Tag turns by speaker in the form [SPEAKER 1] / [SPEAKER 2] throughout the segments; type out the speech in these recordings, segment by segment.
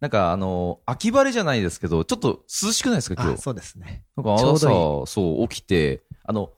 [SPEAKER 1] なんかあの、秋晴れじゃないですけど、ちょっと涼しくないですか、今
[SPEAKER 2] あ、
[SPEAKER 1] 日。
[SPEAKER 2] そうですね。
[SPEAKER 1] なんか
[SPEAKER 2] ちょう
[SPEAKER 1] 朝、
[SPEAKER 2] ど
[SPEAKER 1] そう、起きて、あの、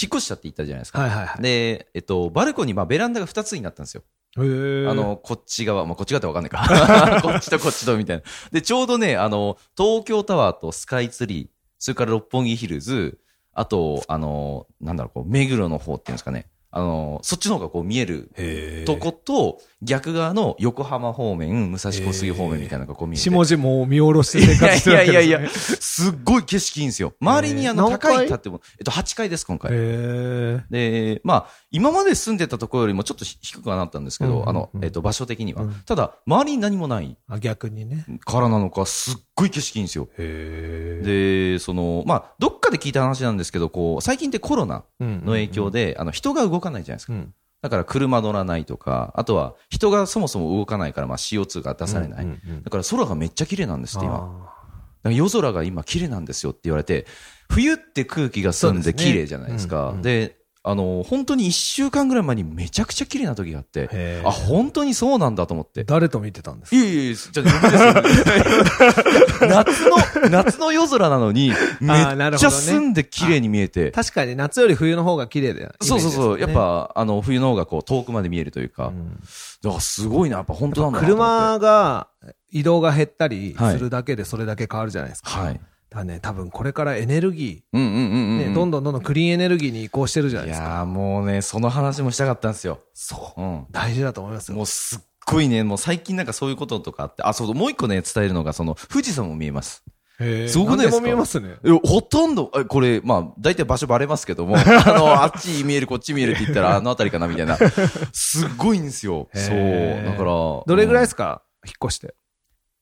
[SPEAKER 1] 引っ越したって言ったじゃないですか。
[SPEAKER 2] はいはいはい。
[SPEAKER 1] で、えっと、バルコニー、まあ、ベランダが2つになったんですよ。
[SPEAKER 2] へ
[SPEAKER 1] あ、の、こっち側、まあ、こっち側ってわかんないか。 こっちとこっちとみたいな。で、ちょうどね、あの、東京タワーとスカイツリー、それから六本木ヒルズ、あと、あの、なんだろう、こう、目黒の方っていうんですかね。あの、そっちの方がこう見える
[SPEAKER 2] へー
[SPEAKER 1] とこと、逆側の横浜方面、武蔵小杉方面みたいなのがこう見えて。
[SPEAKER 2] 下地も見下ろして生活してるわけです、
[SPEAKER 1] いやいや
[SPEAKER 2] ね。
[SPEAKER 1] いやいやすっごい景色いいんですよ。周りにあの
[SPEAKER 2] えー
[SPEAKER 1] 高い
[SPEAKER 2] 何
[SPEAKER 1] 建物、えっと8階です、今回。
[SPEAKER 2] へー
[SPEAKER 1] で、まあ、今まで住んでたところよりもちょっと低くはなったんですけど、
[SPEAKER 2] うんうんうん
[SPEAKER 1] あの、えっと、場所的には。
[SPEAKER 2] うん
[SPEAKER 1] ただ、周りに何もない
[SPEAKER 2] あ、逆にね。
[SPEAKER 1] からなのか、すっごい景色いいんですよ。
[SPEAKER 2] へえ。
[SPEAKER 1] で、その、まあ、どっかで聞いた話なんですけど、こう、最近ってコロナの
[SPEAKER 2] の
[SPEAKER 1] 影響
[SPEAKER 2] で、
[SPEAKER 1] で、あの、人が動かないじゃないですか。
[SPEAKER 2] うん
[SPEAKER 1] だから、車乗らないとか、あとは、人がそもそも動かないから、まあ、CO2 が出されない。
[SPEAKER 2] うんうんうん
[SPEAKER 1] だから、空がめっちゃ綺麗なんですって、今。
[SPEAKER 2] あ
[SPEAKER 1] だから夜空が今綺麗なんですよって言われて、冬って空気が澄んで
[SPEAKER 2] そうですね
[SPEAKER 1] 綺麗じゃないですか。
[SPEAKER 2] うんうん
[SPEAKER 1] で、あの、本当に1週間ぐらい前にめちゃくちゃ綺麗な時があって
[SPEAKER 2] ー、へー
[SPEAKER 1] あ、本当にそうなんだと思って。
[SPEAKER 2] 誰と見てたんです
[SPEAKER 1] い
[SPEAKER 2] か
[SPEAKER 1] やいやいや、ちょっと無理ですよ 夏の、夏の夜空なのに、め
[SPEAKER 2] あーな
[SPEAKER 1] っ
[SPEAKER 2] るほ
[SPEAKER 1] ち
[SPEAKER 2] ど
[SPEAKER 1] ゃ
[SPEAKER 2] ね
[SPEAKER 1] 澄んで綺麗に見えて、
[SPEAKER 2] 確かに夏より冬の方が綺麗だよ、
[SPEAKER 1] そうそうそう、やっ
[SPEAKER 2] イメージですね、
[SPEAKER 1] ぱ、あの、冬の方がこう遠くまで見えるというか、
[SPEAKER 2] うん
[SPEAKER 1] だからすごいな、やっぱ本当なんだなと思って。
[SPEAKER 2] 車が移動が減ったりするだけでそれだけ変わるじゃないですか。
[SPEAKER 1] はい。
[SPEAKER 2] だからね、多分これからエネルギ
[SPEAKER 1] うんうんうんう
[SPEAKER 2] ー、
[SPEAKER 1] ん
[SPEAKER 2] ね
[SPEAKER 1] うん、
[SPEAKER 2] どんどんどんどんクリーンエネルギーに移行してるじゃない
[SPEAKER 1] い
[SPEAKER 2] ですか。
[SPEAKER 1] やーもうね、その話もしたかったんですよ。
[SPEAKER 2] そう。
[SPEAKER 1] うん。
[SPEAKER 2] 大事だと思いますよ。
[SPEAKER 1] もうすっごいね、もう最近なんかそういうこととかあって、あ、そう、もう一個ね、伝えるのが、その、富士山も見えます。
[SPEAKER 2] へー
[SPEAKER 1] すごくないですか
[SPEAKER 2] 何でも見えますね。
[SPEAKER 1] えほとんど、えこれ、まあ、大体場所バレますけ ども、あの、あっち見える、こっち見えるって言ったら、あの辺りかな、みたいな。すっごいんですよ。そう。
[SPEAKER 2] へー
[SPEAKER 1] だから。ど
[SPEAKER 2] どれぐらいです
[SPEAKER 1] か、
[SPEAKER 2] か、引っ越して。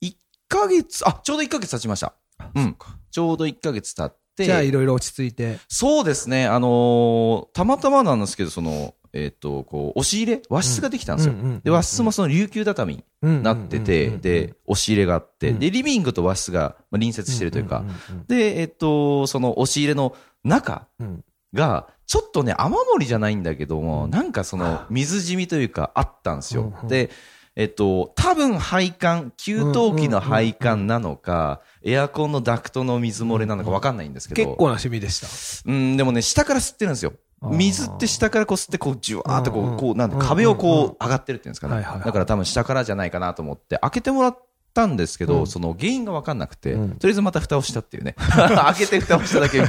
[SPEAKER 1] ?1 ヶ月、あ、ちょうど1ヶ月経ちました。うん。ちょうど1ヶ月経って。
[SPEAKER 2] じゃあ、いろいろ落ち着いて。
[SPEAKER 1] そうですね、あのーたまたまなんですけど、その、えっ、と、こう、押し入れ和室ができたんですよ。
[SPEAKER 2] うんうんうんうん
[SPEAKER 1] で、和室もその琉球畳
[SPEAKER 2] な
[SPEAKER 1] なってて、で、、押し入れがあって、
[SPEAKER 2] うん
[SPEAKER 1] で、リビングと和室がまあ隣接してるというか、
[SPEAKER 2] んん
[SPEAKER 1] で、えっと、その押し入れの中
[SPEAKER 2] うんうん、
[SPEAKER 1] が、ちょっとね、雨漏りじゃないんだけども、
[SPEAKER 2] うん
[SPEAKER 1] なんかその、水染みというか、あったんですよ。
[SPEAKER 2] うんうん
[SPEAKER 1] で、えっと、多分配管、給湯器の配管なのか、エアコンのダクトの水漏れなのかわかんないんですけど、
[SPEAKER 2] 結構な趣味でした。
[SPEAKER 1] うん、でもね、下から吸ってるんですよ。
[SPEAKER 2] あー
[SPEAKER 1] 水って下からこう吸って、こう、じゅわーってこ
[SPEAKER 2] うんう
[SPEAKER 1] う、
[SPEAKER 2] ん
[SPEAKER 1] こう、なんで、
[SPEAKER 2] うんうん
[SPEAKER 1] 壁をこう、上がってるっていうんですか
[SPEAKER 2] は
[SPEAKER 1] ね
[SPEAKER 2] いはいは。い
[SPEAKER 1] だから多分下からじゃないかなと思って、開けてもらったんですけ
[SPEAKER 2] う
[SPEAKER 1] ど、
[SPEAKER 2] ん
[SPEAKER 1] その原因がわかんなくて、と
[SPEAKER 2] うん
[SPEAKER 1] りあえずまた蓋をしたっていうね。 開けて蓋をしただけ。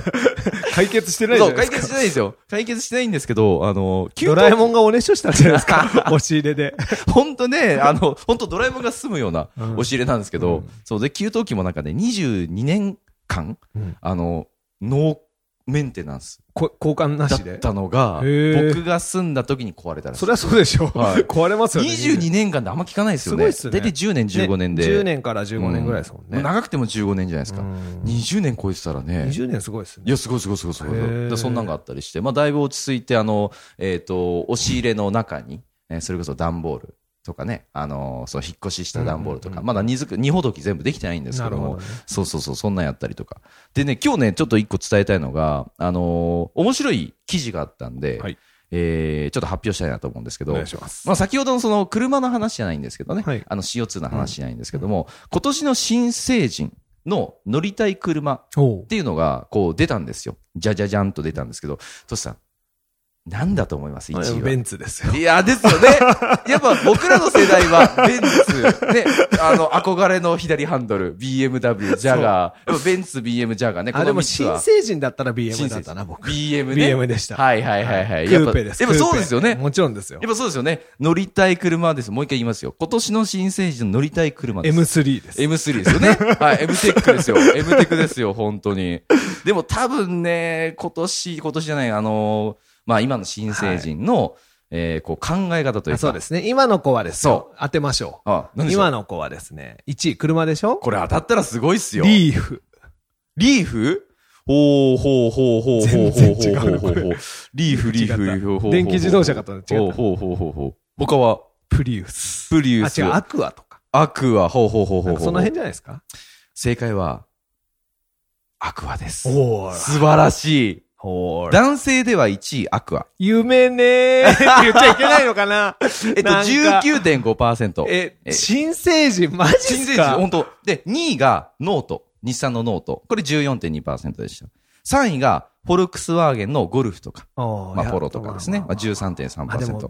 [SPEAKER 2] 解決して
[SPEAKER 1] そう、解決してないですよ。解決してないんですけど、あの、給
[SPEAKER 2] ドラえもん
[SPEAKER 1] ん
[SPEAKER 2] がおねしょしたんじゃないです か、押し入れで。
[SPEAKER 1] 本当ね、あの、本当ドラえもんが住むような
[SPEAKER 2] うん
[SPEAKER 1] 押し入れなんですけ
[SPEAKER 2] う
[SPEAKER 1] ど
[SPEAKER 2] ん、
[SPEAKER 1] そうで、給湯器もなんかね、22年間
[SPEAKER 2] うん、
[SPEAKER 1] あの、ノーメンテナンス
[SPEAKER 2] こ交換な
[SPEAKER 1] だ
[SPEAKER 2] し
[SPEAKER 1] っ
[SPEAKER 2] で。
[SPEAKER 1] たのが、
[SPEAKER 2] へー
[SPEAKER 1] 僕が住んだ時に壊れたらしい
[SPEAKER 2] それはそうでしょう。
[SPEAKER 1] はい
[SPEAKER 2] 壊れますよね。
[SPEAKER 1] 22年間であんま聞かないですよね。
[SPEAKER 2] すごいっすね
[SPEAKER 1] 大体10年、15年で。
[SPEAKER 2] ね10年から15年ぐらいですもん
[SPEAKER 1] う
[SPEAKER 2] ね。
[SPEAKER 1] ん長くても15年じゃないですか。
[SPEAKER 2] うん
[SPEAKER 1] 20年超えてたらね。
[SPEAKER 2] 20年すごいですね。
[SPEAKER 1] いや、すごいすごいすごいすごい。
[SPEAKER 2] へ
[SPEAKER 1] だ
[SPEAKER 2] ー
[SPEAKER 1] からそんなんがあったりして、まあ、だいぶ落ち着いて、あの、えっ、と、押し入れの中に、えーそれこそ段ボールとかね、あのーそう、引っ越しした段ボールとか、
[SPEAKER 2] うんうんうん
[SPEAKER 1] まだ荷造荷ほどき全部できてないんですけど
[SPEAKER 2] なるほ
[SPEAKER 1] も、
[SPEAKER 2] どね
[SPEAKER 1] そうそうそう、そんなんやったりとか。でね、今日ね、ちょっと一個伝えたいのが、あのー面白い記事があったんで、
[SPEAKER 2] はい
[SPEAKER 1] えーちょっと発表したいなと思うんですけ
[SPEAKER 2] お
[SPEAKER 1] ど
[SPEAKER 2] 願い、します。
[SPEAKER 1] まあ、先ほどのその車の話じゃないんですけどね、
[SPEAKER 2] はい
[SPEAKER 1] あの CO2 の話じゃないんですけども、今年の新成人の乗りたい車っ
[SPEAKER 2] おう
[SPEAKER 1] ていうのがこう出たんですよ。じゃじゃじゃんと出たんですけど、トシさん、なんだと思います ?1 位
[SPEAKER 2] ベ
[SPEAKER 1] は。
[SPEAKER 2] ンツですよ。
[SPEAKER 1] いや、ですよね。やっぱ僕らの世代は、ベンツ、ね、あの、憧れの左ハンドル、BMW、ジャガー、やっぱベンツ、BM、ジャガーね、こ
[SPEAKER 2] あ、
[SPEAKER 1] の
[SPEAKER 2] でも
[SPEAKER 1] 3つ
[SPEAKER 2] 新
[SPEAKER 1] は。
[SPEAKER 2] 成人だったら BM
[SPEAKER 1] 新
[SPEAKER 2] だ
[SPEAKER 1] 成
[SPEAKER 2] ったな、僕。
[SPEAKER 1] BM ね。
[SPEAKER 2] BM でした。
[SPEAKER 1] はいはいはいはい。
[SPEAKER 2] クーペです。
[SPEAKER 1] やっぱやっぱそう
[SPEAKER 2] クーペ
[SPEAKER 1] ですよね。
[SPEAKER 2] もちろんですよ
[SPEAKER 1] や。っぱそうですよね。乗りたい車です。もう一回言いますよ。今年の新成人の乗りたい車です。
[SPEAKER 2] M3 です。
[SPEAKER 1] M3 ですよね。はい。M テックですよ。M テックですよ、本当に。でも多分ね、今年、今年じゃない、あのーまあ今の新成人の、えーこう考え方という
[SPEAKER 2] あ
[SPEAKER 1] か。。
[SPEAKER 2] そうですすね。今の子はですよ。当てましょ
[SPEAKER 1] あ、
[SPEAKER 2] う。
[SPEAKER 1] 何でしょう
[SPEAKER 2] 今の子はですね、1位、車でしょ
[SPEAKER 1] これ当たったらすごいっすよ。
[SPEAKER 2] リーフ。
[SPEAKER 1] リーフほうほうほうほうほうほうほうほうほうほう。リーフ、リーフ、リーフ、ほう。
[SPEAKER 2] 電気自動車かと違った
[SPEAKER 1] ほうほうほうほうほう。他は、
[SPEAKER 2] プリウス。
[SPEAKER 1] プリウ
[SPEAKER 2] あ、
[SPEAKER 1] ス
[SPEAKER 2] 違、う、アクアとか。
[SPEAKER 1] アクア、ほうほうほうほ
[SPEAKER 2] な
[SPEAKER 1] うんほ
[SPEAKER 2] か
[SPEAKER 1] う。
[SPEAKER 2] その辺じゃないですか
[SPEAKER 1] 正解は、アクアです。
[SPEAKER 2] おー
[SPEAKER 1] 素晴らしい。
[SPEAKER 2] ほら。
[SPEAKER 1] 男性では1位、アクア。
[SPEAKER 2] 夢ねーって言っちゃいけないのかな
[SPEAKER 1] えっと、
[SPEAKER 2] なんか
[SPEAKER 1] 19.5%。
[SPEAKER 2] え、新成人、マジっ
[SPEAKER 1] 新
[SPEAKER 2] す
[SPEAKER 1] 成人、
[SPEAKER 2] か
[SPEAKER 1] 本当。で、2位がノート。日産のノート。これ14.2%でした。3位がフォルクスワーゲンのゴルフとか、
[SPEAKER 2] おー
[SPEAKER 1] まあ、
[SPEAKER 2] や
[SPEAKER 1] ポロとかですね。まあ、
[SPEAKER 2] まあで
[SPEAKER 1] 13.3%
[SPEAKER 2] も。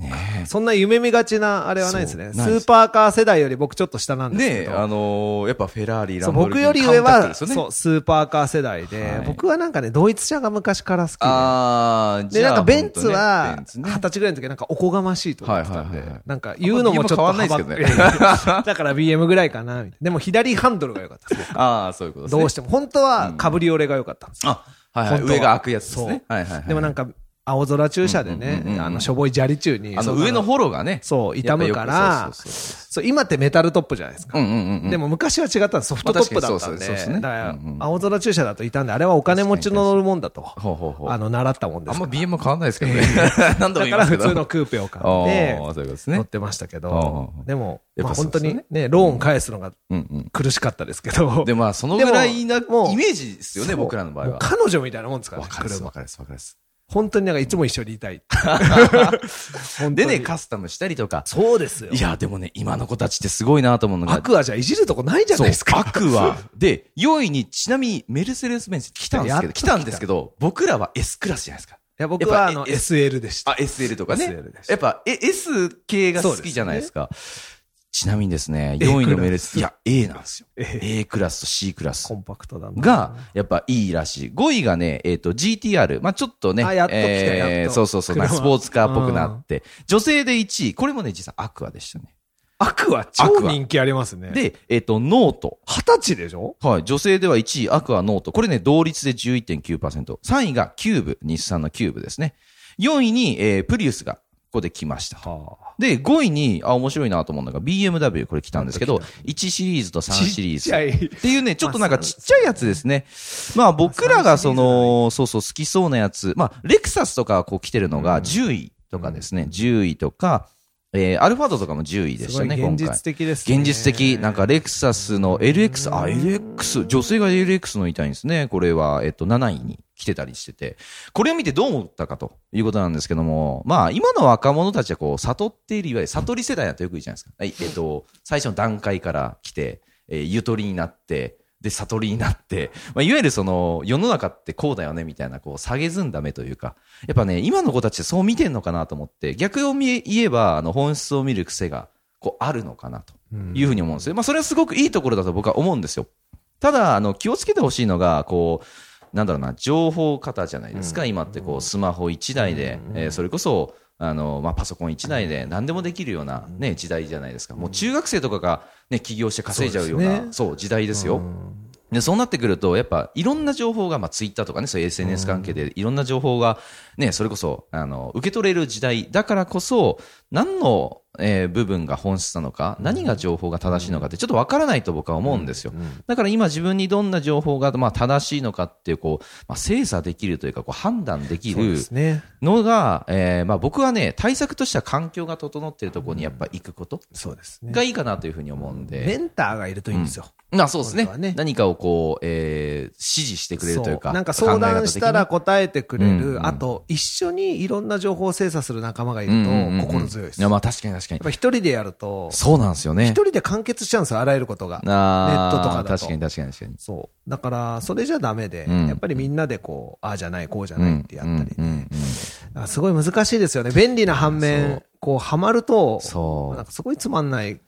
[SPEAKER 1] ね
[SPEAKER 2] そんな夢見がちな、あれはないですね。ス
[SPEAKER 1] そうないです
[SPEAKER 2] ーパーカー世代より僕ちょっと下なん
[SPEAKER 1] え
[SPEAKER 2] です
[SPEAKER 1] ね
[SPEAKER 2] け
[SPEAKER 1] え、
[SPEAKER 2] ど。
[SPEAKER 1] あのーやっぱフェラーリ、ラ
[SPEAKER 2] そう
[SPEAKER 1] ンボル
[SPEAKER 2] 僕
[SPEAKER 1] ギー
[SPEAKER 2] より上
[SPEAKER 1] カウンタック
[SPEAKER 2] は、
[SPEAKER 1] ですよね、
[SPEAKER 2] そう、スーパーカー世代で、
[SPEAKER 1] はい
[SPEAKER 2] 僕はなんかね、ドイツ車が昔から好きで。
[SPEAKER 1] あー
[SPEAKER 2] で、
[SPEAKER 1] じゃ
[SPEAKER 2] な
[SPEAKER 1] あ
[SPEAKER 2] んかベンツ
[SPEAKER 1] 本
[SPEAKER 2] は、
[SPEAKER 1] 当ねベンツ
[SPEAKER 2] 二
[SPEAKER 1] ね
[SPEAKER 2] 十歳ぐらいの時はなんかおこがましいと思ってたん
[SPEAKER 1] はいはいはいはい
[SPEAKER 2] で、なんか言うのもちょっと
[SPEAKER 1] あんま理由も変わんないですけどね
[SPEAKER 2] 幅広い だから BM ぐらいかな、みたいな。でも左ハンドルが良かったですね。
[SPEAKER 1] ああ、そういうことですね。
[SPEAKER 2] どうしても。本当はカブリオレが良かったんですよ。
[SPEAKER 1] あ、はいはい、
[SPEAKER 2] 本当は
[SPEAKER 1] 上が開くやつですね。はいはいはい。
[SPEAKER 2] でもなんか、青空駐車で
[SPEAKER 1] うんうんうんう
[SPEAKER 2] ね、
[SPEAKER 1] ん
[SPEAKER 2] あの、しょぼい砂利中に。
[SPEAKER 1] あの
[SPEAKER 2] そんな
[SPEAKER 1] 上のフォローがね、
[SPEAKER 2] そう、傷むか
[SPEAKER 1] やっぱ
[SPEAKER 2] ら
[SPEAKER 1] よく、そうそうそうそ
[SPEAKER 2] そう、今ってメタルトップじゃないですか
[SPEAKER 1] う。う。んうんうんうん。
[SPEAKER 2] でも昔は違ったのソフトトップだったん
[SPEAKER 1] まあ確かにそうそう
[SPEAKER 2] で、
[SPEAKER 1] そうですね
[SPEAKER 2] だから
[SPEAKER 1] うんうん
[SPEAKER 2] 青空駐車だといたんで、あれはお金持ちの乗るもんだと、
[SPEAKER 1] ほうほうほう。
[SPEAKER 2] あの、習ったもんで
[SPEAKER 1] あん
[SPEAKER 2] す
[SPEAKER 1] ま
[SPEAKER 2] から。
[SPEAKER 1] BM は変わんないですけどね。 何度も
[SPEAKER 2] だ
[SPEAKER 1] 言い
[SPEAKER 2] か
[SPEAKER 1] ま
[SPEAKER 2] ら
[SPEAKER 1] すけ
[SPEAKER 2] 普
[SPEAKER 1] ど。
[SPEAKER 2] 通のクーペを買
[SPEAKER 1] あ
[SPEAKER 2] って
[SPEAKER 1] あ、、そういうことです
[SPEAKER 2] 乗
[SPEAKER 1] ね
[SPEAKER 2] っ。てましたけど
[SPEAKER 1] あ、ー
[SPEAKER 2] でも、
[SPEAKER 1] やっぱ
[SPEAKER 2] まあ
[SPEAKER 1] そう
[SPEAKER 2] 本
[SPEAKER 1] です
[SPEAKER 2] 当
[SPEAKER 1] よね
[SPEAKER 2] にね、ローン返すのが
[SPEAKER 1] うんうん。
[SPEAKER 2] 苦しかったですけど。
[SPEAKER 1] で、まあ、そのぐらいなイ
[SPEAKER 2] でももう
[SPEAKER 1] メージですよね、
[SPEAKER 2] そう
[SPEAKER 1] 僕らの場合
[SPEAKER 2] もう
[SPEAKER 1] は。
[SPEAKER 2] 彼女みたいなもんですから
[SPEAKER 1] わ
[SPEAKER 2] ね、
[SPEAKER 1] かるです、わ
[SPEAKER 2] 車。
[SPEAKER 1] かるです、わかるです。
[SPEAKER 2] 本当になんかいつも一緒に いたい。本当
[SPEAKER 1] で
[SPEAKER 2] に
[SPEAKER 1] ね、カスタムしたりとか。
[SPEAKER 2] そうですよ
[SPEAKER 1] い。や、でもね、今の子たちってすごいなと思うのが。
[SPEAKER 2] アクアじゃいじるとこないじゃないですか。
[SPEAKER 1] そうアクア。で、4位に、ちなみにメルセデス・ベンツ来たんですけ
[SPEAKER 2] や
[SPEAKER 1] ど、
[SPEAKER 2] っと
[SPEAKER 1] 来
[SPEAKER 2] 来た
[SPEAKER 1] たんですけど、僕らは S クラスじゃないですか。
[SPEAKER 2] いや、僕はあ
[SPEAKER 1] やっ
[SPEAKER 2] の、
[SPEAKER 1] ぱ
[SPEAKER 2] SL でした。
[SPEAKER 1] あ、SL とかね
[SPEAKER 2] SL で。す
[SPEAKER 1] やっぱ、え S 系が好きじゃないですか。ちなみにですね、
[SPEAKER 2] A
[SPEAKER 1] 4位のメ
[SPEAKER 2] ク
[SPEAKER 1] ル
[SPEAKER 2] ラ
[SPEAKER 1] セ、いや、A なんですよ。
[SPEAKER 2] ええ
[SPEAKER 1] A クラスと C クラス
[SPEAKER 2] コ。ンパクトだな
[SPEAKER 1] が、やっぱいいらしい。5位がね、えっ、と、GTR。まあちょっとね、
[SPEAKER 2] あやっと来たやっと
[SPEAKER 1] そうそうそう、なんかス
[SPEAKER 2] 車
[SPEAKER 1] ポーツカーっぽくなって。女性で1位。これもね、実はアクアでしたね。
[SPEAKER 2] アクア超人気ありますね。、
[SPEAKER 1] で、えっ、と、ノート。
[SPEAKER 2] 二十歳でしょ
[SPEAKER 1] はい。女性では1位、アクア、ノート。これね、同率で11.9%。3位がキューブ。日産のキューブですね。4位に、えープリウスが、ここで来ました。
[SPEAKER 2] はあ。
[SPEAKER 1] で、5位に、あ、面白いなと思うのが、BMW これ来たんですけど
[SPEAKER 2] 来た、
[SPEAKER 1] 1シリーズと3シリーズ。
[SPEAKER 2] ちっちゃい
[SPEAKER 1] っていうね、ちょっとなんかちっちゃいやつですね。まあ僕らがその、そうそう好きそうなやつ、まあレクサスとかこう来てるのが10位とかですね、10位とか、えー、アルファードとかも10位でした
[SPEAKER 2] すごい
[SPEAKER 1] ね、
[SPEAKER 2] 現
[SPEAKER 1] 今回。
[SPEAKER 2] 実的ですね。
[SPEAKER 1] 現実的。なんか、レクサスの LX、あ、LX、女性が LX のいたいんですね。これは、えっと、7位に来てたりしてて。これを見てどう思ったかということなんですけども、まあ、今の若者たちはこう、悟っている、いわゆる悟り世代だとよく言うじゃないですか。はいえっと、最初の段階から来て、えーゆとりになって、で、悟りになって、まあ、いわゆるその、世の中ってこうだよね、みたいな、こう、下げずんだ目というか、やっぱね、今の子たちってそう見てんのかなと思って、逆を見言えば、あの、本質を見る癖が、こう、あるのかなと。
[SPEAKER 2] うん
[SPEAKER 1] いうふうに思うんですよ。まあ、それはすごくいいところだと僕は思うんですよ。ただ、あの、気をつけてほしいのが、こう、なんだろうな、情報型じゃないですか。今ってこう、スマホ1台で、えーそれこそ、あの、まあ、パソコン1台で何でもできるようなね、時代じゃないですか。もう中学生とかがね、起業して稼いじゃうよう
[SPEAKER 2] そうです
[SPEAKER 1] な、
[SPEAKER 2] ね
[SPEAKER 1] そう、時代ですよ
[SPEAKER 2] う。ん
[SPEAKER 1] で、そうなってくると、やっぱ、いろんな情報が、まあ、ツイッターとかね、そういう SNS 関係で、いろんな情報が、ね、それこそ、あの、受け取れる時代だからこそ、何の、えー部分が本質なのか、何が情報が正しいのかって、ちょっとわからないと僕は思うんですよ。だから今自分にどんな情報が、まあ、正しいのかっていう、こう、まあ、精査できるというか、こう、判断でき
[SPEAKER 2] そうで
[SPEAKER 1] る
[SPEAKER 2] すね。
[SPEAKER 1] のが、えーまあ、僕はね、対策としては環境が整っているところにやっぱ行くこと
[SPEAKER 2] そうですね
[SPEAKER 1] が。いいかなというふうに思うんで。
[SPEAKER 2] メンターがいるといいんですよ。
[SPEAKER 1] まあそうですね
[SPEAKER 2] 本当はね
[SPEAKER 1] 何かをこう、えー、指示してくれるというか。
[SPEAKER 2] そうなんか相談したら
[SPEAKER 1] 考
[SPEAKER 2] 答えてくれ
[SPEAKER 1] うんうん
[SPEAKER 2] る、あと、一緒にいろんな情報を精査する仲間がい
[SPEAKER 1] え方的
[SPEAKER 2] る
[SPEAKER 1] に
[SPEAKER 2] と
[SPEAKER 1] ね、うんうんうんうん
[SPEAKER 2] 心強いです。
[SPEAKER 1] や、
[SPEAKER 2] やっ
[SPEAKER 1] まあ確かに確かに。
[SPEAKER 2] ぱ一人でやると、
[SPEAKER 1] そうなんですよね。
[SPEAKER 2] 一人で完結しちゃうんですよ、あらゆることが。
[SPEAKER 1] あー
[SPEAKER 2] ネットとかだと
[SPEAKER 1] 確かに確かに確かに。
[SPEAKER 2] そう。だから、それじゃダメで、
[SPEAKER 1] うん
[SPEAKER 2] やっぱりみんなでこう、ああじゃない、こうじゃないってやったりね。
[SPEAKER 1] うんうんうんうん
[SPEAKER 2] あすごい難しいですよね。便利な
[SPEAKER 1] そ
[SPEAKER 2] 反面、こう、ハマると、
[SPEAKER 1] そう
[SPEAKER 2] なんかすごいつまんない。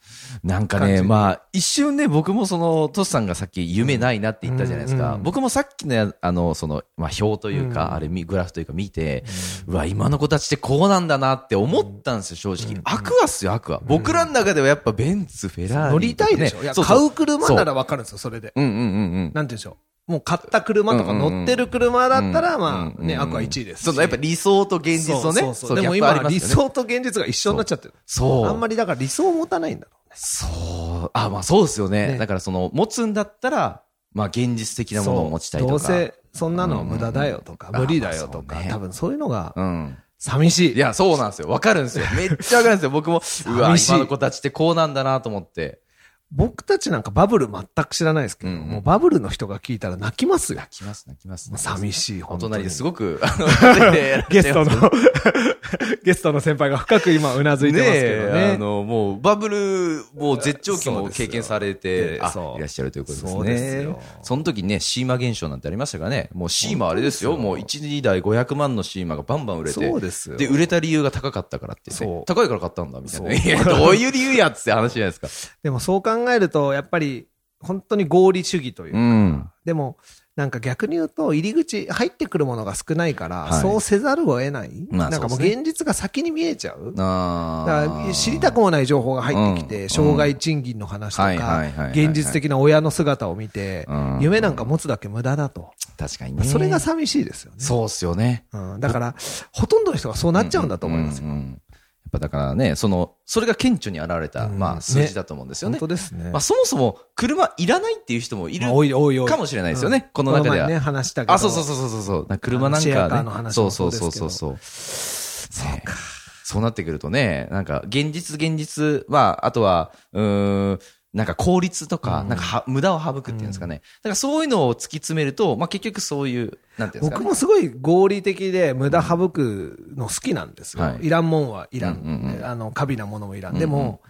[SPEAKER 1] なんか
[SPEAKER 2] 感
[SPEAKER 1] ね、
[SPEAKER 2] じ
[SPEAKER 1] まあ、一瞬ね、僕もその、トシさんがさっき夢ないなって言ったじゃないですか。
[SPEAKER 2] うんうん
[SPEAKER 1] 僕もさっきのや、あの、その、まあ、表というか、
[SPEAKER 2] うん
[SPEAKER 1] あれ、みグラフというか見て、うわ、今の子たちってこうなんだなって思ったんですよ、正直。アクアっすよ、アクア。僕らの中ではやっぱベンツ、フェラーリとかね。
[SPEAKER 2] 乗りたいでしょ、いや、
[SPEAKER 1] そうそう
[SPEAKER 2] 買う車ならわかるんですよ、それで。
[SPEAKER 1] うんうんうんうん。
[SPEAKER 2] なんて言うんでしょう。もう買った車とか
[SPEAKER 1] うんうんうん
[SPEAKER 2] 乗ってる車だったら、まあ、
[SPEAKER 1] うんうんう
[SPEAKER 2] ね、
[SPEAKER 1] ん
[SPEAKER 2] アクア1位ですし。
[SPEAKER 1] そのやっぱ理想と現実のね。
[SPEAKER 2] そうそうそう
[SPEAKER 1] ギ
[SPEAKER 2] で
[SPEAKER 1] ャ
[SPEAKER 2] も
[SPEAKER 1] ップあり
[SPEAKER 2] 今、
[SPEAKER 1] ます
[SPEAKER 2] 理
[SPEAKER 1] よね
[SPEAKER 2] 想と現実が一緒になっちゃってる。
[SPEAKER 1] そう。
[SPEAKER 2] あんまりだから理想を持たないんだろうね。
[SPEAKER 1] そう。あ、まあそうですよね。
[SPEAKER 2] ね
[SPEAKER 1] だからその、持つんだったら、まあ現実的なものを持ちたいと
[SPEAKER 2] ど
[SPEAKER 1] か。
[SPEAKER 2] うせ、そんなのは無駄だよとか、
[SPEAKER 1] うんうんうん
[SPEAKER 2] 無理だよと
[SPEAKER 1] あまあ
[SPEAKER 2] か、
[SPEAKER 1] そうね
[SPEAKER 2] 多分そういうのが
[SPEAKER 1] うん。
[SPEAKER 2] 寂しい。
[SPEAKER 1] いや、そうなんですよ。わかるんですよ。めっちゃわかるんですよ。僕も、うわ、
[SPEAKER 2] 寂しい
[SPEAKER 1] 今の子たちってこうなんだなと思って。
[SPEAKER 2] 僕たちなんかバブル全く知らないですけど、
[SPEAKER 1] うんうん
[SPEAKER 2] もうバブルの人が聞いたら泣きますよ。
[SPEAKER 1] 泣きます、泣きます。
[SPEAKER 2] もう寂しい、
[SPEAKER 1] お
[SPEAKER 2] 本当
[SPEAKER 1] 隣
[SPEAKER 2] に
[SPEAKER 1] で。すごく、あの、家庭でやられて
[SPEAKER 2] ゲストの、 ゲストの先輩が深く今うなずいてますけど
[SPEAKER 1] え
[SPEAKER 2] ね。
[SPEAKER 1] あの、もう、バブル、もう絶頂期も経験されて、
[SPEAKER 2] そ
[SPEAKER 1] あ
[SPEAKER 2] うですよ
[SPEAKER 1] いらっしゃるということですね。
[SPEAKER 2] そうですよ
[SPEAKER 1] その時ね、シーマ現象なんてありましたからね。もうシーマあれですよ。
[SPEAKER 2] 本
[SPEAKER 1] もう
[SPEAKER 2] 当で
[SPEAKER 1] 1、2台500万のシーマがバンバン売れて。
[SPEAKER 2] そうですよ
[SPEAKER 1] で、売れた理由が高かったからって、
[SPEAKER 2] そ
[SPEAKER 1] ね
[SPEAKER 2] う。
[SPEAKER 1] 高いから買ったんだ、みたいな。い
[SPEAKER 2] そう
[SPEAKER 1] や、どういう理由やっつって話じゃないですか。
[SPEAKER 2] でもそう考えると、やっぱり本当に合理主義という
[SPEAKER 1] う
[SPEAKER 2] か、
[SPEAKER 1] ん。
[SPEAKER 2] でもなんか逆に言うと、入り口、入ってくるものが少ないから、
[SPEAKER 1] はい
[SPEAKER 2] そうせざるを得ない、
[SPEAKER 1] まあ
[SPEAKER 2] なんかもう
[SPEAKER 1] そうです
[SPEAKER 2] 現実が先に見えちゃう。だ
[SPEAKER 1] あ
[SPEAKER 2] か
[SPEAKER 1] ー
[SPEAKER 2] ら知りたくもない情報が入ってき
[SPEAKER 1] うん
[SPEAKER 2] て、障害賃金の話と
[SPEAKER 1] はいはいはいはい
[SPEAKER 2] か、
[SPEAKER 1] はい
[SPEAKER 2] 現実的な親の姿を見て
[SPEAKER 1] うん、
[SPEAKER 2] 夢なんか持つだけ無駄だと。
[SPEAKER 1] 確かにね。
[SPEAKER 2] それが、寂しいですよね。
[SPEAKER 1] そうっすよね。
[SPEAKER 2] うん、だから、ほとんどの人がそうなっちゃうんだと思いますよ。
[SPEAKER 1] うんうんうんやっぱだからね、その、それが顕著に現れた、
[SPEAKER 2] うん
[SPEAKER 1] まあ、数字だと思うんですよね
[SPEAKER 2] 本当。ですね。
[SPEAKER 1] まあ、そもそも車いらないっていう人もいる
[SPEAKER 2] まあ多い多い多い
[SPEAKER 1] かもしれないですよね、
[SPEAKER 2] うん
[SPEAKER 1] この中では。
[SPEAKER 2] 前ね、話したけど。
[SPEAKER 1] あ、そうそうそうそうそう。なんか車なん
[SPEAKER 2] シェア
[SPEAKER 1] か
[SPEAKER 2] カー
[SPEAKER 1] ね
[SPEAKER 2] の。話
[SPEAKER 1] そ
[SPEAKER 2] も
[SPEAKER 1] うそうそう
[SPEAKER 2] そ
[SPEAKER 1] そうう
[SPEAKER 2] です
[SPEAKER 1] そう。そうか。そうなってくるとね、なんか現実現実は、あとは、うーん、なんか効率とか、
[SPEAKER 2] うん
[SPEAKER 1] なんかは無駄を省くっていうんですかね。だからそういうのを突き詰めると、まあ結局そういう、なんていうんですか
[SPEAKER 2] 僕
[SPEAKER 1] ね。
[SPEAKER 2] もすごい合理的で無駄省くの好きなんですよ。
[SPEAKER 1] はい
[SPEAKER 2] い、らんもんはいら
[SPEAKER 1] う
[SPEAKER 2] ん。
[SPEAKER 1] んうんうん
[SPEAKER 2] あの、過敏なものもいらん。
[SPEAKER 1] うんうん
[SPEAKER 2] でも、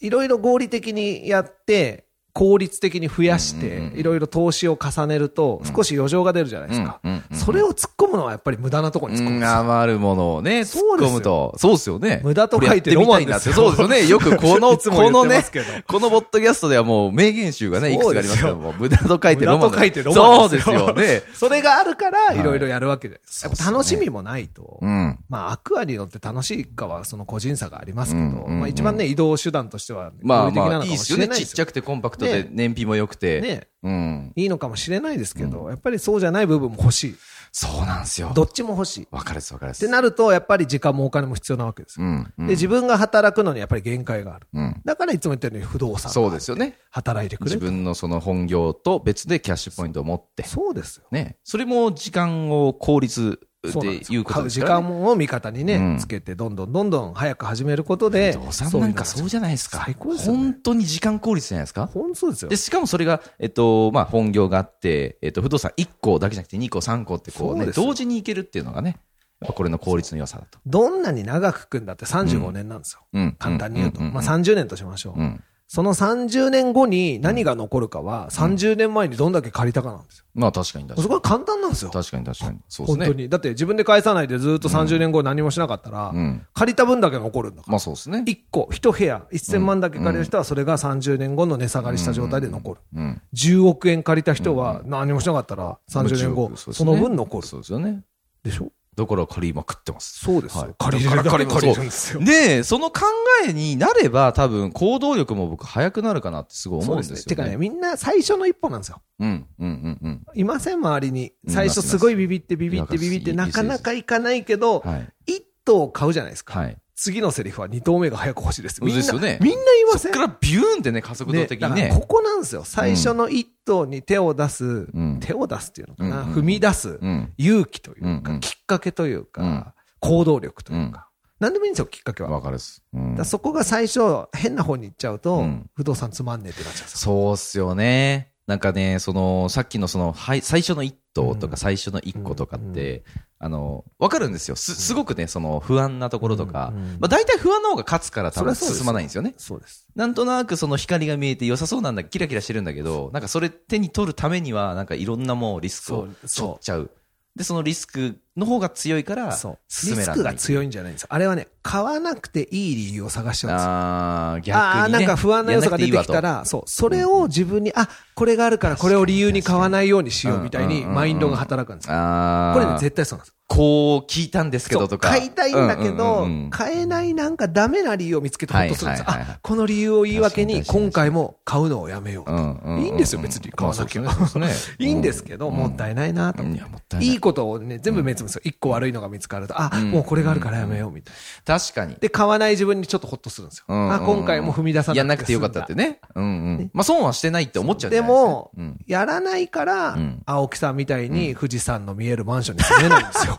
[SPEAKER 2] いろいろ合理的にやって、効率的に増やし
[SPEAKER 1] うん
[SPEAKER 2] て、
[SPEAKER 1] うんうん
[SPEAKER 2] いろいろ投資を重ねると、少し余剰が出るじゃないですか。
[SPEAKER 1] うんうんうん
[SPEAKER 2] それを突っ込むのはやっぱり無駄なところに突っ込むんですよ
[SPEAKER 1] 余るものをね、突っ
[SPEAKER 2] そうで
[SPEAKER 1] 込
[SPEAKER 2] すよ
[SPEAKER 1] むと。そうですよね。
[SPEAKER 2] 無駄と書いて
[SPEAKER 1] これやってみたい
[SPEAKER 2] ロ
[SPEAKER 1] な
[SPEAKER 2] マ
[SPEAKER 1] っ
[SPEAKER 2] ン
[SPEAKER 1] て。
[SPEAKER 2] ですよ
[SPEAKER 1] そうですよね。よくこの、
[SPEAKER 2] いつも言
[SPEAKER 1] こ
[SPEAKER 2] っ
[SPEAKER 1] の
[SPEAKER 2] て
[SPEAKER 1] ね
[SPEAKER 2] ますけど、
[SPEAKER 1] このポッドキャストではもう名言集がね、いくつかありますけども、無駄と書いてロマン
[SPEAKER 2] 無駄と書いてロマ
[SPEAKER 1] そ
[SPEAKER 2] ンで
[SPEAKER 1] うですす
[SPEAKER 2] よ
[SPEAKER 1] よね。
[SPEAKER 2] それがあるから、
[SPEAKER 1] い
[SPEAKER 2] いろいろやるわけで、す。
[SPEAKER 1] そ
[SPEAKER 2] や
[SPEAKER 1] うっ
[SPEAKER 2] っ
[SPEAKER 1] すね
[SPEAKER 2] ぱ楽しみもないと。
[SPEAKER 1] うん。
[SPEAKER 2] まあ、アクアに乗って楽しいかはその個人差がありますけど、
[SPEAKER 1] うんうんうん
[SPEAKER 2] まあ、一番ね、移動手段としては、
[SPEAKER 1] ま
[SPEAKER 2] 合
[SPEAKER 1] あ
[SPEAKER 2] 理的な
[SPEAKER 1] ま
[SPEAKER 2] の
[SPEAKER 1] あ、
[SPEAKER 2] か
[SPEAKER 1] いい
[SPEAKER 2] も
[SPEAKER 1] です
[SPEAKER 2] し
[SPEAKER 1] よ
[SPEAKER 2] れ
[SPEAKER 1] ね。
[SPEAKER 2] ない
[SPEAKER 1] ちっ
[SPEAKER 2] で
[SPEAKER 1] ちゃくてコンパクトで
[SPEAKER 2] ね
[SPEAKER 1] 燃費も良くて。
[SPEAKER 2] ね
[SPEAKER 1] うん。
[SPEAKER 2] いいのかもしれないですけど、やっぱりそうじゃない部分も欲しい。
[SPEAKER 1] そうなんですよ。
[SPEAKER 2] どっちも欲しい。っ
[SPEAKER 1] わかるです、わかるです。
[SPEAKER 2] てなると、やっぱり時間もお金も必要なわけです
[SPEAKER 1] う
[SPEAKER 2] よ。
[SPEAKER 1] ん。うん
[SPEAKER 2] で、自分が働くのにやっぱり限界がある。
[SPEAKER 1] うん。
[SPEAKER 2] だからいつも言ったように不動産。
[SPEAKER 1] そうですよね。
[SPEAKER 2] 働いてくれ
[SPEAKER 1] 自
[SPEAKER 2] る。
[SPEAKER 1] 分のその本業と別でキャッシュポイントを持って。
[SPEAKER 2] そうですよ。
[SPEAKER 1] ね。それも時間を効率
[SPEAKER 2] そう
[SPEAKER 1] で
[SPEAKER 2] なんです
[SPEAKER 1] い
[SPEAKER 2] よ
[SPEAKER 1] うこと
[SPEAKER 2] 買う
[SPEAKER 1] です
[SPEAKER 2] 時
[SPEAKER 1] からね。
[SPEAKER 2] 間を味方にね、
[SPEAKER 1] うん
[SPEAKER 2] つけて、どんどんどんどん早く始めることで、
[SPEAKER 1] 不動産なんかそうじゃないですか。
[SPEAKER 2] 最高ですよね
[SPEAKER 1] 本当に時間効率じゃないですか。
[SPEAKER 2] ほんそうですよ
[SPEAKER 1] で、。しかもそれが、えっと、まあ、本業があって、えっと、不動産1個だけじゃなくて2個、3個ってこう
[SPEAKER 2] そ
[SPEAKER 1] ね、
[SPEAKER 2] うですよ
[SPEAKER 1] 同時にいけるっていうのがね、やっぱこれの効率の良さだと。
[SPEAKER 2] どんなに長く組んだって35年なんですよ。
[SPEAKER 1] うん
[SPEAKER 2] 簡単に言うと。
[SPEAKER 1] んんん
[SPEAKER 2] まあ、30年としましょう。
[SPEAKER 1] うん
[SPEAKER 2] その30年後に何が残るかは、30年前にどんだけ借りたかなんですよ。
[SPEAKER 1] まあ、確かに確
[SPEAKER 2] そ
[SPEAKER 1] か
[SPEAKER 2] こは簡単なんですよ
[SPEAKER 1] に。。確かに確かに。そうです
[SPEAKER 2] 本
[SPEAKER 1] ね。
[SPEAKER 2] 当に。だって自分で返さないでずっと30年後何もしなかったら
[SPEAKER 1] う、ん。
[SPEAKER 2] 借りた分だけ残るんだから。
[SPEAKER 1] まあ、そうですね。
[SPEAKER 2] 1個、1部屋、1000万だけ借りる人はそれが30年後の値下がりした状態で残る。
[SPEAKER 1] うん。
[SPEAKER 2] 10億円借りた人は何もしなかったら30年後
[SPEAKER 1] まあ、そうです
[SPEAKER 2] そ
[SPEAKER 1] ね
[SPEAKER 2] の分残る。
[SPEAKER 1] そうですよね。
[SPEAKER 2] でしょ
[SPEAKER 1] だから借りまくってます。
[SPEAKER 2] そうです
[SPEAKER 1] はい
[SPEAKER 2] よ。借りれるだけ借りるんですよ。
[SPEAKER 1] で、その考えになれば、多分行動力も僕、早くなるかなってすごい思うんですよね。
[SPEAKER 2] てかね、みんな最初の一歩なんですよ。
[SPEAKER 1] うん、うん、うん、うん。
[SPEAKER 2] いません、周りに。
[SPEAKER 1] うん
[SPEAKER 2] 最初すごいビビってビビっ
[SPEAKER 1] いま
[SPEAKER 2] て
[SPEAKER 1] すいます
[SPEAKER 2] ビビって
[SPEAKER 1] います
[SPEAKER 2] なかなかいかないけど、
[SPEAKER 1] はい。
[SPEAKER 2] 一頭買うじゃないですか。
[SPEAKER 1] はい。
[SPEAKER 2] 次のセリフは二頭目が早く欲しいです。みん
[SPEAKER 1] で
[SPEAKER 2] な、
[SPEAKER 1] すよね
[SPEAKER 2] みんな言いま
[SPEAKER 1] そ
[SPEAKER 2] せ
[SPEAKER 1] っ
[SPEAKER 2] ん
[SPEAKER 1] からビューンってね、加速度
[SPEAKER 2] で
[SPEAKER 1] 的
[SPEAKER 2] だ
[SPEAKER 1] に
[SPEAKER 2] から
[SPEAKER 1] ね。
[SPEAKER 2] ここなんですよ。最初の一頭に手を出す、
[SPEAKER 1] うん
[SPEAKER 2] 手を出すっていうのか
[SPEAKER 1] う
[SPEAKER 2] な、
[SPEAKER 1] んうんうん
[SPEAKER 2] 踏み出す
[SPEAKER 1] うん。
[SPEAKER 2] 勇気というか、
[SPEAKER 1] うんうん
[SPEAKER 2] きっかけというか、
[SPEAKER 1] うん
[SPEAKER 2] 行動力というか、なん、何でもいいんですよ、きっかけは。だか
[SPEAKER 1] わかるっす。うん
[SPEAKER 2] らそこが最初、変な方に行っちゃうと、
[SPEAKER 1] うん
[SPEAKER 2] 不動産つまんねえってなっちゃうんですよ。
[SPEAKER 1] そうっすよね。なんかね、その、さっきのその、はい、最初の一頭と
[SPEAKER 2] う
[SPEAKER 1] か
[SPEAKER 2] ん
[SPEAKER 1] 最初の一個とかって、あの、わかるんですよ。す、すごくね、その、不安なところとか
[SPEAKER 2] うんうん、
[SPEAKER 1] まあ大体不安の方が勝つから多
[SPEAKER 2] そり
[SPEAKER 1] 分
[SPEAKER 2] ゃそうです
[SPEAKER 1] 進まないんですよね。
[SPEAKER 2] そうです。
[SPEAKER 1] なんとなくその光が見えて良さそうなんだ、キラキラしてるんだけど、なんかそれ手に取るためには、なんかいろんなもうリスクを
[SPEAKER 2] そう
[SPEAKER 1] 背負
[SPEAKER 2] そう
[SPEAKER 1] っちゃう。で、そのリスクの方が強いから、
[SPEAKER 2] そう。リ
[SPEAKER 1] 進め
[SPEAKER 2] ス
[SPEAKER 1] ら
[SPEAKER 2] ク
[SPEAKER 1] れない。
[SPEAKER 2] が強いんじゃないんですよ。あれはね、買わなくていい理由を探しちゃうんですよ。
[SPEAKER 1] ああ、逆に、ね。
[SPEAKER 2] ああー、なんか不安な要素が出てき
[SPEAKER 1] や
[SPEAKER 2] た
[SPEAKER 1] んなくいいわ
[SPEAKER 2] ら、そう、それを自分に、あ、これがあるからこれを理由に買わないようにしようみたい
[SPEAKER 1] うんうん
[SPEAKER 2] に、
[SPEAKER 1] うんうん
[SPEAKER 2] マインドが働くんです
[SPEAKER 1] と
[SPEAKER 2] よ。
[SPEAKER 1] ああ。
[SPEAKER 2] これね、絶対そうなんですよ
[SPEAKER 1] こう聞いたんですけど
[SPEAKER 2] そ
[SPEAKER 1] と
[SPEAKER 2] う
[SPEAKER 1] か。
[SPEAKER 2] 買いたいんだけど、
[SPEAKER 1] うんうんうん
[SPEAKER 2] 買えないなんかダメな理由を見つけてほっとするんですよ。
[SPEAKER 1] はいはいはいはい
[SPEAKER 2] あ、この理由を言い訳に、
[SPEAKER 1] 確かに
[SPEAKER 2] 今回も買うのをやめよう。
[SPEAKER 1] うんうう
[SPEAKER 2] いいんですよ別に買わなきゃ
[SPEAKER 1] まあそうですねそうですね
[SPEAKER 2] いいんですけど、
[SPEAKER 1] うん
[SPEAKER 2] もったいないなと思って
[SPEAKER 1] いやもったいない
[SPEAKER 2] いいことをね、全部滅んですよ。一個悪いのが見つかると、あ、
[SPEAKER 1] うん
[SPEAKER 2] もうこれがあるからやめようみたいな。
[SPEAKER 1] 確かに。
[SPEAKER 2] で、買わない自分にちょっとホッとするんですよ。
[SPEAKER 1] うんうんうん
[SPEAKER 2] あ、今回も踏み出さなくて
[SPEAKER 1] やんなくてよかったってね。うんうん。まあ損はしてないって思っちゃうじゃ
[SPEAKER 2] で
[SPEAKER 1] ないですか
[SPEAKER 2] も、
[SPEAKER 1] うん
[SPEAKER 2] やらないから、
[SPEAKER 1] うん
[SPEAKER 2] 青木さんみたいに富士山の見えるマンションに住めないんで
[SPEAKER 1] 。
[SPEAKER 2] すよ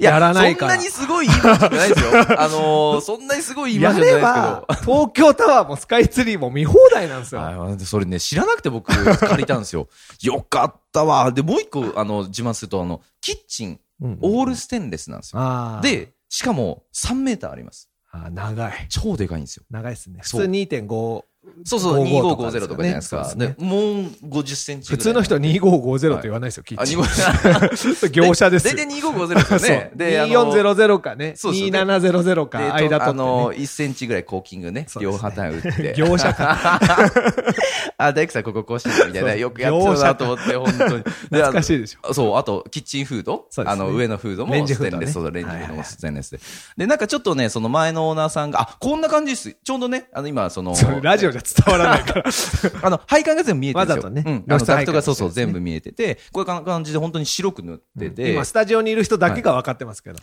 [SPEAKER 1] いや
[SPEAKER 2] やらないから
[SPEAKER 1] そんなに。すごいいいマンションじゃないですよ。 あのーそんなにすごいいいマン
[SPEAKER 2] や
[SPEAKER 1] ションじゃ
[SPEAKER 2] れ
[SPEAKER 1] ないです
[SPEAKER 2] ば、東京タワーもスカイツリーも見放題なんです
[SPEAKER 1] けど。
[SPEAKER 2] よ。
[SPEAKER 1] あそれね、知らなくて僕借りたんですよ。よかったわ。で、もう一個、あの、自慢すると、あの、キッチン、
[SPEAKER 2] うん
[SPEAKER 1] オールステンレスなんですよ。
[SPEAKER 2] あー、
[SPEAKER 1] で、しかも3メーターあります。
[SPEAKER 2] あー長い。
[SPEAKER 1] 超でかいんですよ。
[SPEAKER 2] 長いですね。普
[SPEAKER 1] そう
[SPEAKER 2] 通2.5、
[SPEAKER 1] そうそう、
[SPEAKER 2] 55
[SPEAKER 1] 2550とか
[SPEAKER 2] とか
[SPEAKER 1] じゃないですか。
[SPEAKER 2] そう
[SPEAKER 1] で
[SPEAKER 2] ですね
[SPEAKER 1] もう50センチ
[SPEAKER 2] 普
[SPEAKER 1] ぐらい
[SPEAKER 2] 通の人2550と言わないですよ、キ
[SPEAKER 1] あ、
[SPEAKER 2] ッチ
[SPEAKER 1] 2
[SPEAKER 2] ン。
[SPEAKER 1] 5
[SPEAKER 2] 業者ですよ。
[SPEAKER 1] 大体2550ですよね。
[SPEAKER 2] そう
[SPEAKER 1] で、あの
[SPEAKER 2] 2400かね、
[SPEAKER 1] そうですよね
[SPEAKER 2] 2700
[SPEAKER 1] で
[SPEAKER 2] か、間
[SPEAKER 1] あ
[SPEAKER 2] と
[SPEAKER 1] の、
[SPEAKER 2] って
[SPEAKER 1] 1センチぐらいコーキングね、
[SPEAKER 2] そうですね
[SPEAKER 1] 両旗打って
[SPEAKER 2] ね。。業者か。
[SPEAKER 1] あ、大工さんこここうしてたみたいな、
[SPEAKER 2] そう
[SPEAKER 1] よくやってるなと思って、本当に。であ
[SPEAKER 2] 懐
[SPEAKER 1] の
[SPEAKER 2] かしいでしょ。
[SPEAKER 1] そう、あと、キッチンフード、
[SPEAKER 2] そうで
[SPEAKER 1] あ
[SPEAKER 2] すね
[SPEAKER 1] の、上のフードも
[SPEAKER 2] レンジ
[SPEAKER 1] ス
[SPEAKER 2] フ
[SPEAKER 1] テ
[SPEAKER 2] ード
[SPEAKER 1] ン
[SPEAKER 2] ね
[SPEAKER 1] レス、そうだレンジフード
[SPEAKER 2] はい
[SPEAKER 1] も
[SPEAKER 2] はい
[SPEAKER 1] ステンレスで。で、なんかちょっとね、その前のオーナーさんが、あ、こんな感じです。ちょうどね、あの、今、その、
[SPEAKER 2] それラジオじゃ伝わらないから。
[SPEAKER 1] あの、配管が全部見えてるんですよ。
[SPEAKER 2] わざとね
[SPEAKER 1] うん。あの、
[SPEAKER 2] 露出
[SPEAKER 1] ダ
[SPEAKER 2] 配
[SPEAKER 1] クト
[SPEAKER 2] 管
[SPEAKER 1] がそうそう、
[SPEAKER 2] ですね
[SPEAKER 1] 全部見えてて、こういう感じで本当に白く塗ってて、
[SPEAKER 2] 今、スタジオにいる人だけが分かってます けど。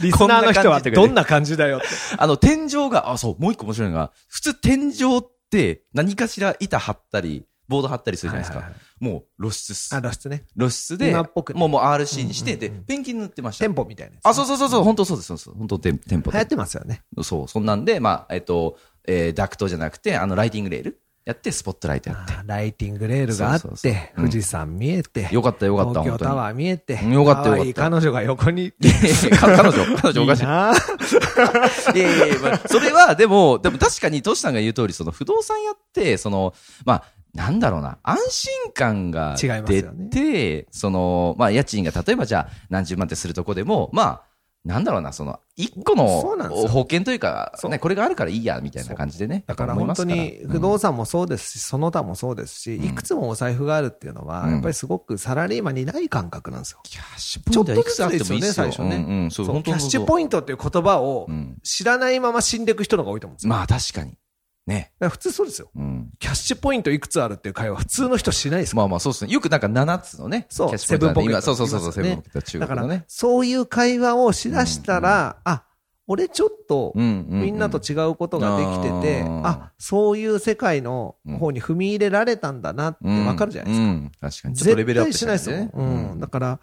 [SPEAKER 2] リスナーの人はどんな感じだよって。
[SPEAKER 1] あの、天井が、あ、そう、もう一個面白いのが、普通天井って何かしら板張ったり、ボード張ったりするじゃないですか。
[SPEAKER 2] はいはい
[SPEAKER 1] もう露出っす
[SPEAKER 2] あ、露出ね。
[SPEAKER 1] 露出で、
[SPEAKER 2] 今っぽくね
[SPEAKER 1] もうもう RC にして、
[SPEAKER 2] うんうんうん
[SPEAKER 1] で、ペンキ塗ってました
[SPEAKER 2] 店。舗みたいなやつ。
[SPEAKER 1] あ、そうそうそうそう、本当そうです、そうです本当テンテンポ
[SPEAKER 2] 流行っ
[SPEAKER 1] で。
[SPEAKER 2] てますよね。
[SPEAKER 1] そう、そんなんで、まあ、えっと、えーダクトじゃなくて、あの、ライティングレールやって、スポットライトやって。
[SPEAKER 2] あーライティングレールがあ
[SPEAKER 1] そうそう
[SPEAKER 2] っ
[SPEAKER 1] そう
[SPEAKER 2] て、
[SPEAKER 1] うん
[SPEAKER 2] 富士山見えて、
[SPEAKER 1] よかった、よかった、
[SPEAKER 2] 東
[SPEAKER 1] 本
[SPEAKER 2] 京
[SPEAKER 1] 当
[SPEAKER 2] タ
[SPEAKER 1] に。
[SPEAKER 2] ワー見えて、
[SPEAKER 1] うんよかったよかった
[SPEAKER 2] 可愛い彼女が横に、
[SPEAKER 1] いやいやいや 彼女、彼女おかしい。い
[SPEAKER 2] なあ
[SPEAKER 1] やいやいやまあそれは、でも、でも確かに、トシさんが言う通り、その不動産屋って、その、まあ、なんだろうな、安心感が
[SPEAKER 2] 違います
[SPEAKER 1] 出
[SPEAKER 2] よね
[SPEAKER 1] て、その、まあ、家賃が例えばじゃあ、何十万ってするとこでも、まあ、なんだろうな、その、一個
[SPEAKER 2] そうなんで
[SPEAKER 1] の
[SPEAKER 2] すよ
[SPEAKER 1] 保険というか、
[SPEAKER 2] そう
[SPEAKER 1] ね、これがあるからいいや、みたいな感じでね。
[SPEAKER 2] だから
[SPEAKER 1] 思い
[SPEAKER 2] 本
[SPEAKER 1] ます
[SPEAKER 2] 当に不動産もそうですし、その他もそうですし、いくつもお財布があるっていうのは、
[SPEAKER 1] うん
[SPEAKER 2] やっぱりすごくサラリーマンにない感覚なんですよ。
[SPEAKER 1] キャッシュ
[SPEAKER 2] ち
[SPEAKER 1] ポ
[SPEAKER 2] ょ
[SPEAKER 1] イント
[SPEAKER 2] っと
[SPEAKER 1] はい
[SPEAKER 2] ず
[SPEAKER 1] くつ
[SPEAKER 2] つ
[SPEAKER 1] あって
[SPEAKER 2] で
[SPEAKER 1] も
[SPEAKER 2] す
[SPEAKER 1] いいっ
[SPEAKER 2] よね、
[SPEAKER 1] すよ。
[SPEAKER 2] 最初ね。
[SPEAKER 1] うんうん、そう、
[SPEAKER 2] そう
[SPEAKER 1] 本
[SPEAKER 2] キ
[SPEAKER 1] 当
[SPEAKER 2] ャッシュ
[SPEAKER 1] イン
[SPEAKER 2] ポイントっていう言葉を
[SPEAKER 1] うん
[SPEAKER 2] 知らないまま死んでいく人の方が多いと思うんですよ。
[SPEAKER 1] まあ、確かに。ね。
[SPEAKER 2] だから普通そうですよ。
[SPEAKER 1] うん。
[SPEAKER 2] キャッシュポイントいくつあるっていう会話、普通の人しないですか
[SPEAKER 1] まあまあ、そうですね。よくなんか7つのね、
[SPEAKER 2] そう
[SPEAKER 1] キャッシュポイントなんて今そ
[SPEAKER 2] セ
[SPEAKER 1] う
[SPEAKER 2] ブン
[SPEAKER 1] そうそ
[SPEAKER 2] ポケット
[SPEAKER 1] うそう、セブン
[SPEAKER 2] 言いますよね
[SPEAKER 1] ポケット中
[SPEAKER 2] だか
[SPEAKER 1] 国の
[SPEAKER 2] ら
[SPEAKER 1] ね、。
[SPEAKER 2] そういう会話をしだしたら、あ、俺ちょっと、
[SPEAKER 1] うんうう
[SPEAKER 2] みんなと違うことができてて、
[SPEAKER 1] うん
[SPEAKER 2] あ、そういう世界の方に踏み入れられたんだなってわかるじゃないですか。
[SPEAKER 1] ですか。確かに。ちょっとレベ
[SPEAKER 2] 絶
[SPEAKER 1] ルアッ
[SPEAKER 2] 対
[SPEAKER 1] プ
[SPEAKER 2] しないですよ、
[SPEAKER 1] ね。
[SPEAKER 2] うんだから、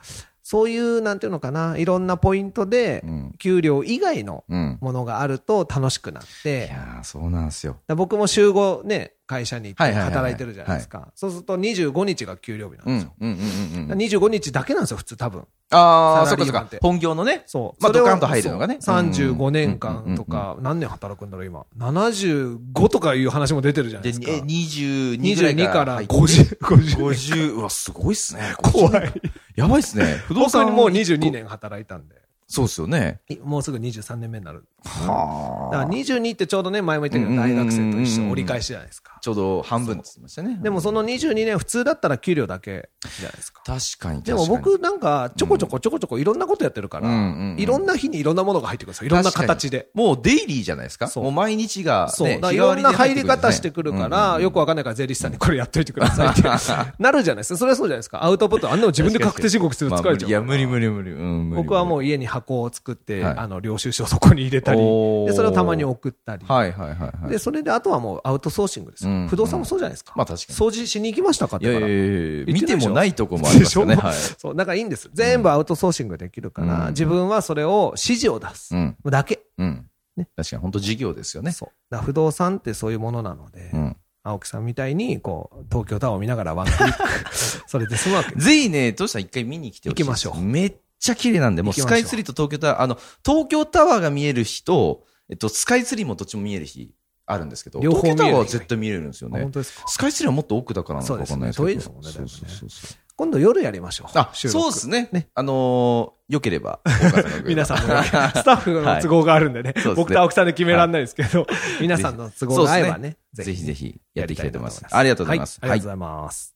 [SPEAKER 2] そういう、なんていうのかな、いろんなポイントで
[SPEAKER 1] う、ん。
[SPEAKER 2] 給料以外の
[SPEAKER 1] うん。
[SPEAKER 2] ものがあると楽しくなっ
[SPEAKER 1] い
[SPEAKER 2] て、だか
[SPEAKER 1] やーそうなんですよ。
[SPEAKER 2] ら僕も週5ね、会社に行
[SPEAKER 1] は
[SPEAKER 2] っ
[SPEAKER 1] い
[SPEAKER 2] て
[SPEAKER 1] はいはいはい
[SPEAKER 2] 働いてるじゃないですか。そうすると25日が給料日なん
[SPEAKER 1] うん。
[SPEAKER 2] で
[SPEAKER 1] うん
[SPEAKER 2] すよ。
[SPEAKER 1] うんうんうん。
[SPEAKER 2] 25日だけなんですよ、普通多分。
[SPEAKER 1] ああ、そ
[SPEAKER 2] サ
[SPEAKER 1] っ
[SPEAKER 2] ラ
[SPEAKER 1] かそ
[SPEAKER 2] リー
[SPEAKER 1] っ
[SPEAKER 2] マンって
[SPEAKER 1] か。本業のね。
[SPEAKER 2] そう。
[SPEAKER 1] まあ
[SPEAKER 2] それを
[SPEAKER 1] ドカンと入るのがね
[SPEAKER 2] そう
[SPEAKER 1] う
[SPEAKER 2] 35
[SPEAKER 1] ん
[SPEAKER 2] 年間とか、何年働くんだろう、今。75とかいう話も出てるじゃない
[SPEAKER 1] で、え
[SPEAKER 2] ですか。
[SPEAKER 1] 22ぐらい
[SPEAKER 2] 22
[SPEAKER 1] か
[SPEAKER 2] からら
[SPEAKER 1] 入って。
[SPEAKER 2] 50、50。
[SPEAKER 1] 50。うわ、すごいっすね。
[SPEAKER 2] 怖い。
[SPEAKER 1] やばいっすね。不動
[SPEAKER 2] 僕
[SPEAKER 1] 産
[SPEAKER 2] にもう22。年働いたんで。
[SPEAKER 1] そうっすよね。
[SPEAKER 2] いもうすぐ23年目になる。
[SPEAKER 1] は
[SPEAKER 2] だ
[SPEAKER 1] あ
[SPEAKER 2] から22ってちょうどね、前も言ったけ
[SPEAKER 1] うん
[SPEAKER 2] ど、
[SPEAKER 1] うんうんう
[SPEAKER 2] 大
[SPEAKER 1] んうん
[SPEAKER 2] 学生と一緒折り返しじゃないですか。
[SPEAKER 1] ちょうど半分って言ってましたね。
[SPEAKER 2] でもその22年、普通だったら給料だけじゃないですか。
[SPEAKER 1] 確かに。
[SPEAKER 2] でも
[SPEAKER 1] 確
[SPEAKER 2] 僕なんか、ちょこちょこちょこちょこいろんなことやってるか
[SPEAKER 1] うん
[SPEAKER 2] ら
[SPEAKER 1] うんうん、
[SPEAKER 2] いろんな日にいろんなものが入ってくるんですよ。いろんな形で。
[SPEAKER 1] かに、もうデイリーじゃないですか。
[SPEAKER 2] そう
[SPEAKER 1] もう毎日が、ね、
[SPEAKER 2] そう。だからい
[SPEAKER 1] 日替わ
[SPEAKER 2] ろ
[SPEAKER 1] で
[SPEAKER 2] んな入
[SPEAKER 1] って
[SPEAKER 2] り
[SPEAKER 1] くるんですね
[SPEAKER 2] 方してくるから、よくわかんないから税理士さんにこれやっといてくださいって
[SPEAKER 1] う
[SPEAKER 2] なるじゃないですか。それはそうじゃないですか。アウトプット、あんなの自分で確定申告する
[SPEAKER 1] ま
[SPEAKER 2] の
[SPEAKER 1] あ
[SPEAKER 2] 疲れ
[SPEAKER 1] 無
[SPEAKER 2] ち
[SPEAKER 1] 理
[SPEAKER 2] ゃう。
[SPEAKER 1] いや、無理無理無理。うん、無理
[SPEAKER 2] 僕はもう家に箱を作って、
[SPEAKER 1] はい
[SPEAKER 2] あの、領収書をそこに入れたり、
[SPEAKER 1] おー
[SPEAKER 2] で、それをたまに送ったり。
[SPEAKER 1] はいはいはいはい。
[SPEAKER 2] で、それで、あとはもうアウトソーシングです
[SPEAKER 1] う
[SPEAKER 2] よ。
[SPEAKER 1] ん
[SPEAKER 2] 不動産もそうじゃないですか。
[SPEAKER 1] まあ確かに
[SPEAKER 2] 掃除しに行きましたかっ
[SPEAKER 1] い
[SPEAKER 2] て
[SPEAKER 1] や
[SPEAKER 2] か
[SPEAKER 1] い
[SPEAKER 2] ら。
[SPEAKER 1] やいやいや
[SPEAKER 2] 言っ
[SPEAKER 1] 見
[SPEAKER 2] て
[SPEAKER 1] て
[SPEAKER 2] ないでしょ
[SPEAKER 1] もないとこもありますよね。
[SPEAKER 2] でしょ
[SPEAKER 1] はい。
[SPEAKER 2] そう、だからいいんです。全部アウトソーシングできるから、
[SPEAKER 1] うん
[SPEAKER 2] 自分はそれを指示を出す
[SPEAKER 1] う。ん。
[SPEAKER 2] だけ。
[SPEAKER 1] うん。
[SPEAKER 2] ね
[SPEAKER 1] 確かに、本当事業ですよね。
[SPEAKER 2] そう。だから不動産ってそういうものなので、
[SPEAKER 1] うん。
[SPEAKER 2] 青木さんみたいに、こう、東京タワーを見ながらワンクリック、 それで済むわけです。
[SPEAKER 1] ぜひね、トシさん一回見に来てほしいです。
[SPEAKER 2] 行きましょう
[SPEAKER 1] めっちゃ綺麗なんで、もう
[SPEAKER 2] 行き
[SPEAKER 1] ス
[SPEAKER 2] ましょう
[SPEAKER 1] カイツリーと東京タワー、あの、東京タワーが見える日と、えっと、スカイツリーもどっちも見える日あるんですけど、
[SPEAKER 2] 両方
[SPEAKER 1] 東京タワーは
[SPEAKER 2] 見える日がいい
[SPEAKER 1] 絶対見れるんですよ
[SPEAKER 2] あ
[SPEAKER 1] ね
[SPEAKER 2] 本。当ですか
[SPEAKER 1] スカイツリーはもっと奥だからなのかわかんないですけど。
[SPEAKER 2] そうですね遠いですもんね
[SPEAKER 1] そうそうそうそう
[SPEAKER 2] 今度夜やりましょう。
[SPEAKER 1] あ、
[SPEAKER 2] 収
[SPEAKER 1] そう
[SPEAKER 2] 録
[SPEAKER 1] ですね。
[SPEAKER 2] ね
[SPEAKER 1] あのー、良けれ ば。大川さんの
[SPEAKER 2] 皆さんの、スタッフの都合があるんでね、
[SPEAKER 1] いそうですね
[SPEAKER 2] 僕と青木さんで決めらんないですけど、皆さんの都合が合えばね、
[SPEAKER 1] ぜひぜ
[SPEAKER 2] ひ
[SPEAKER 1] ひやっていきたいと思います。
[SPEAKER 2] や
[SPEAKER 1] あり
[SPEAKER 2] り
[SPEAKER 1] が
[SPEAKER 2] た
[SPEAKER 1] とうございます。
[SPEAKER 2] はいありがとうございます。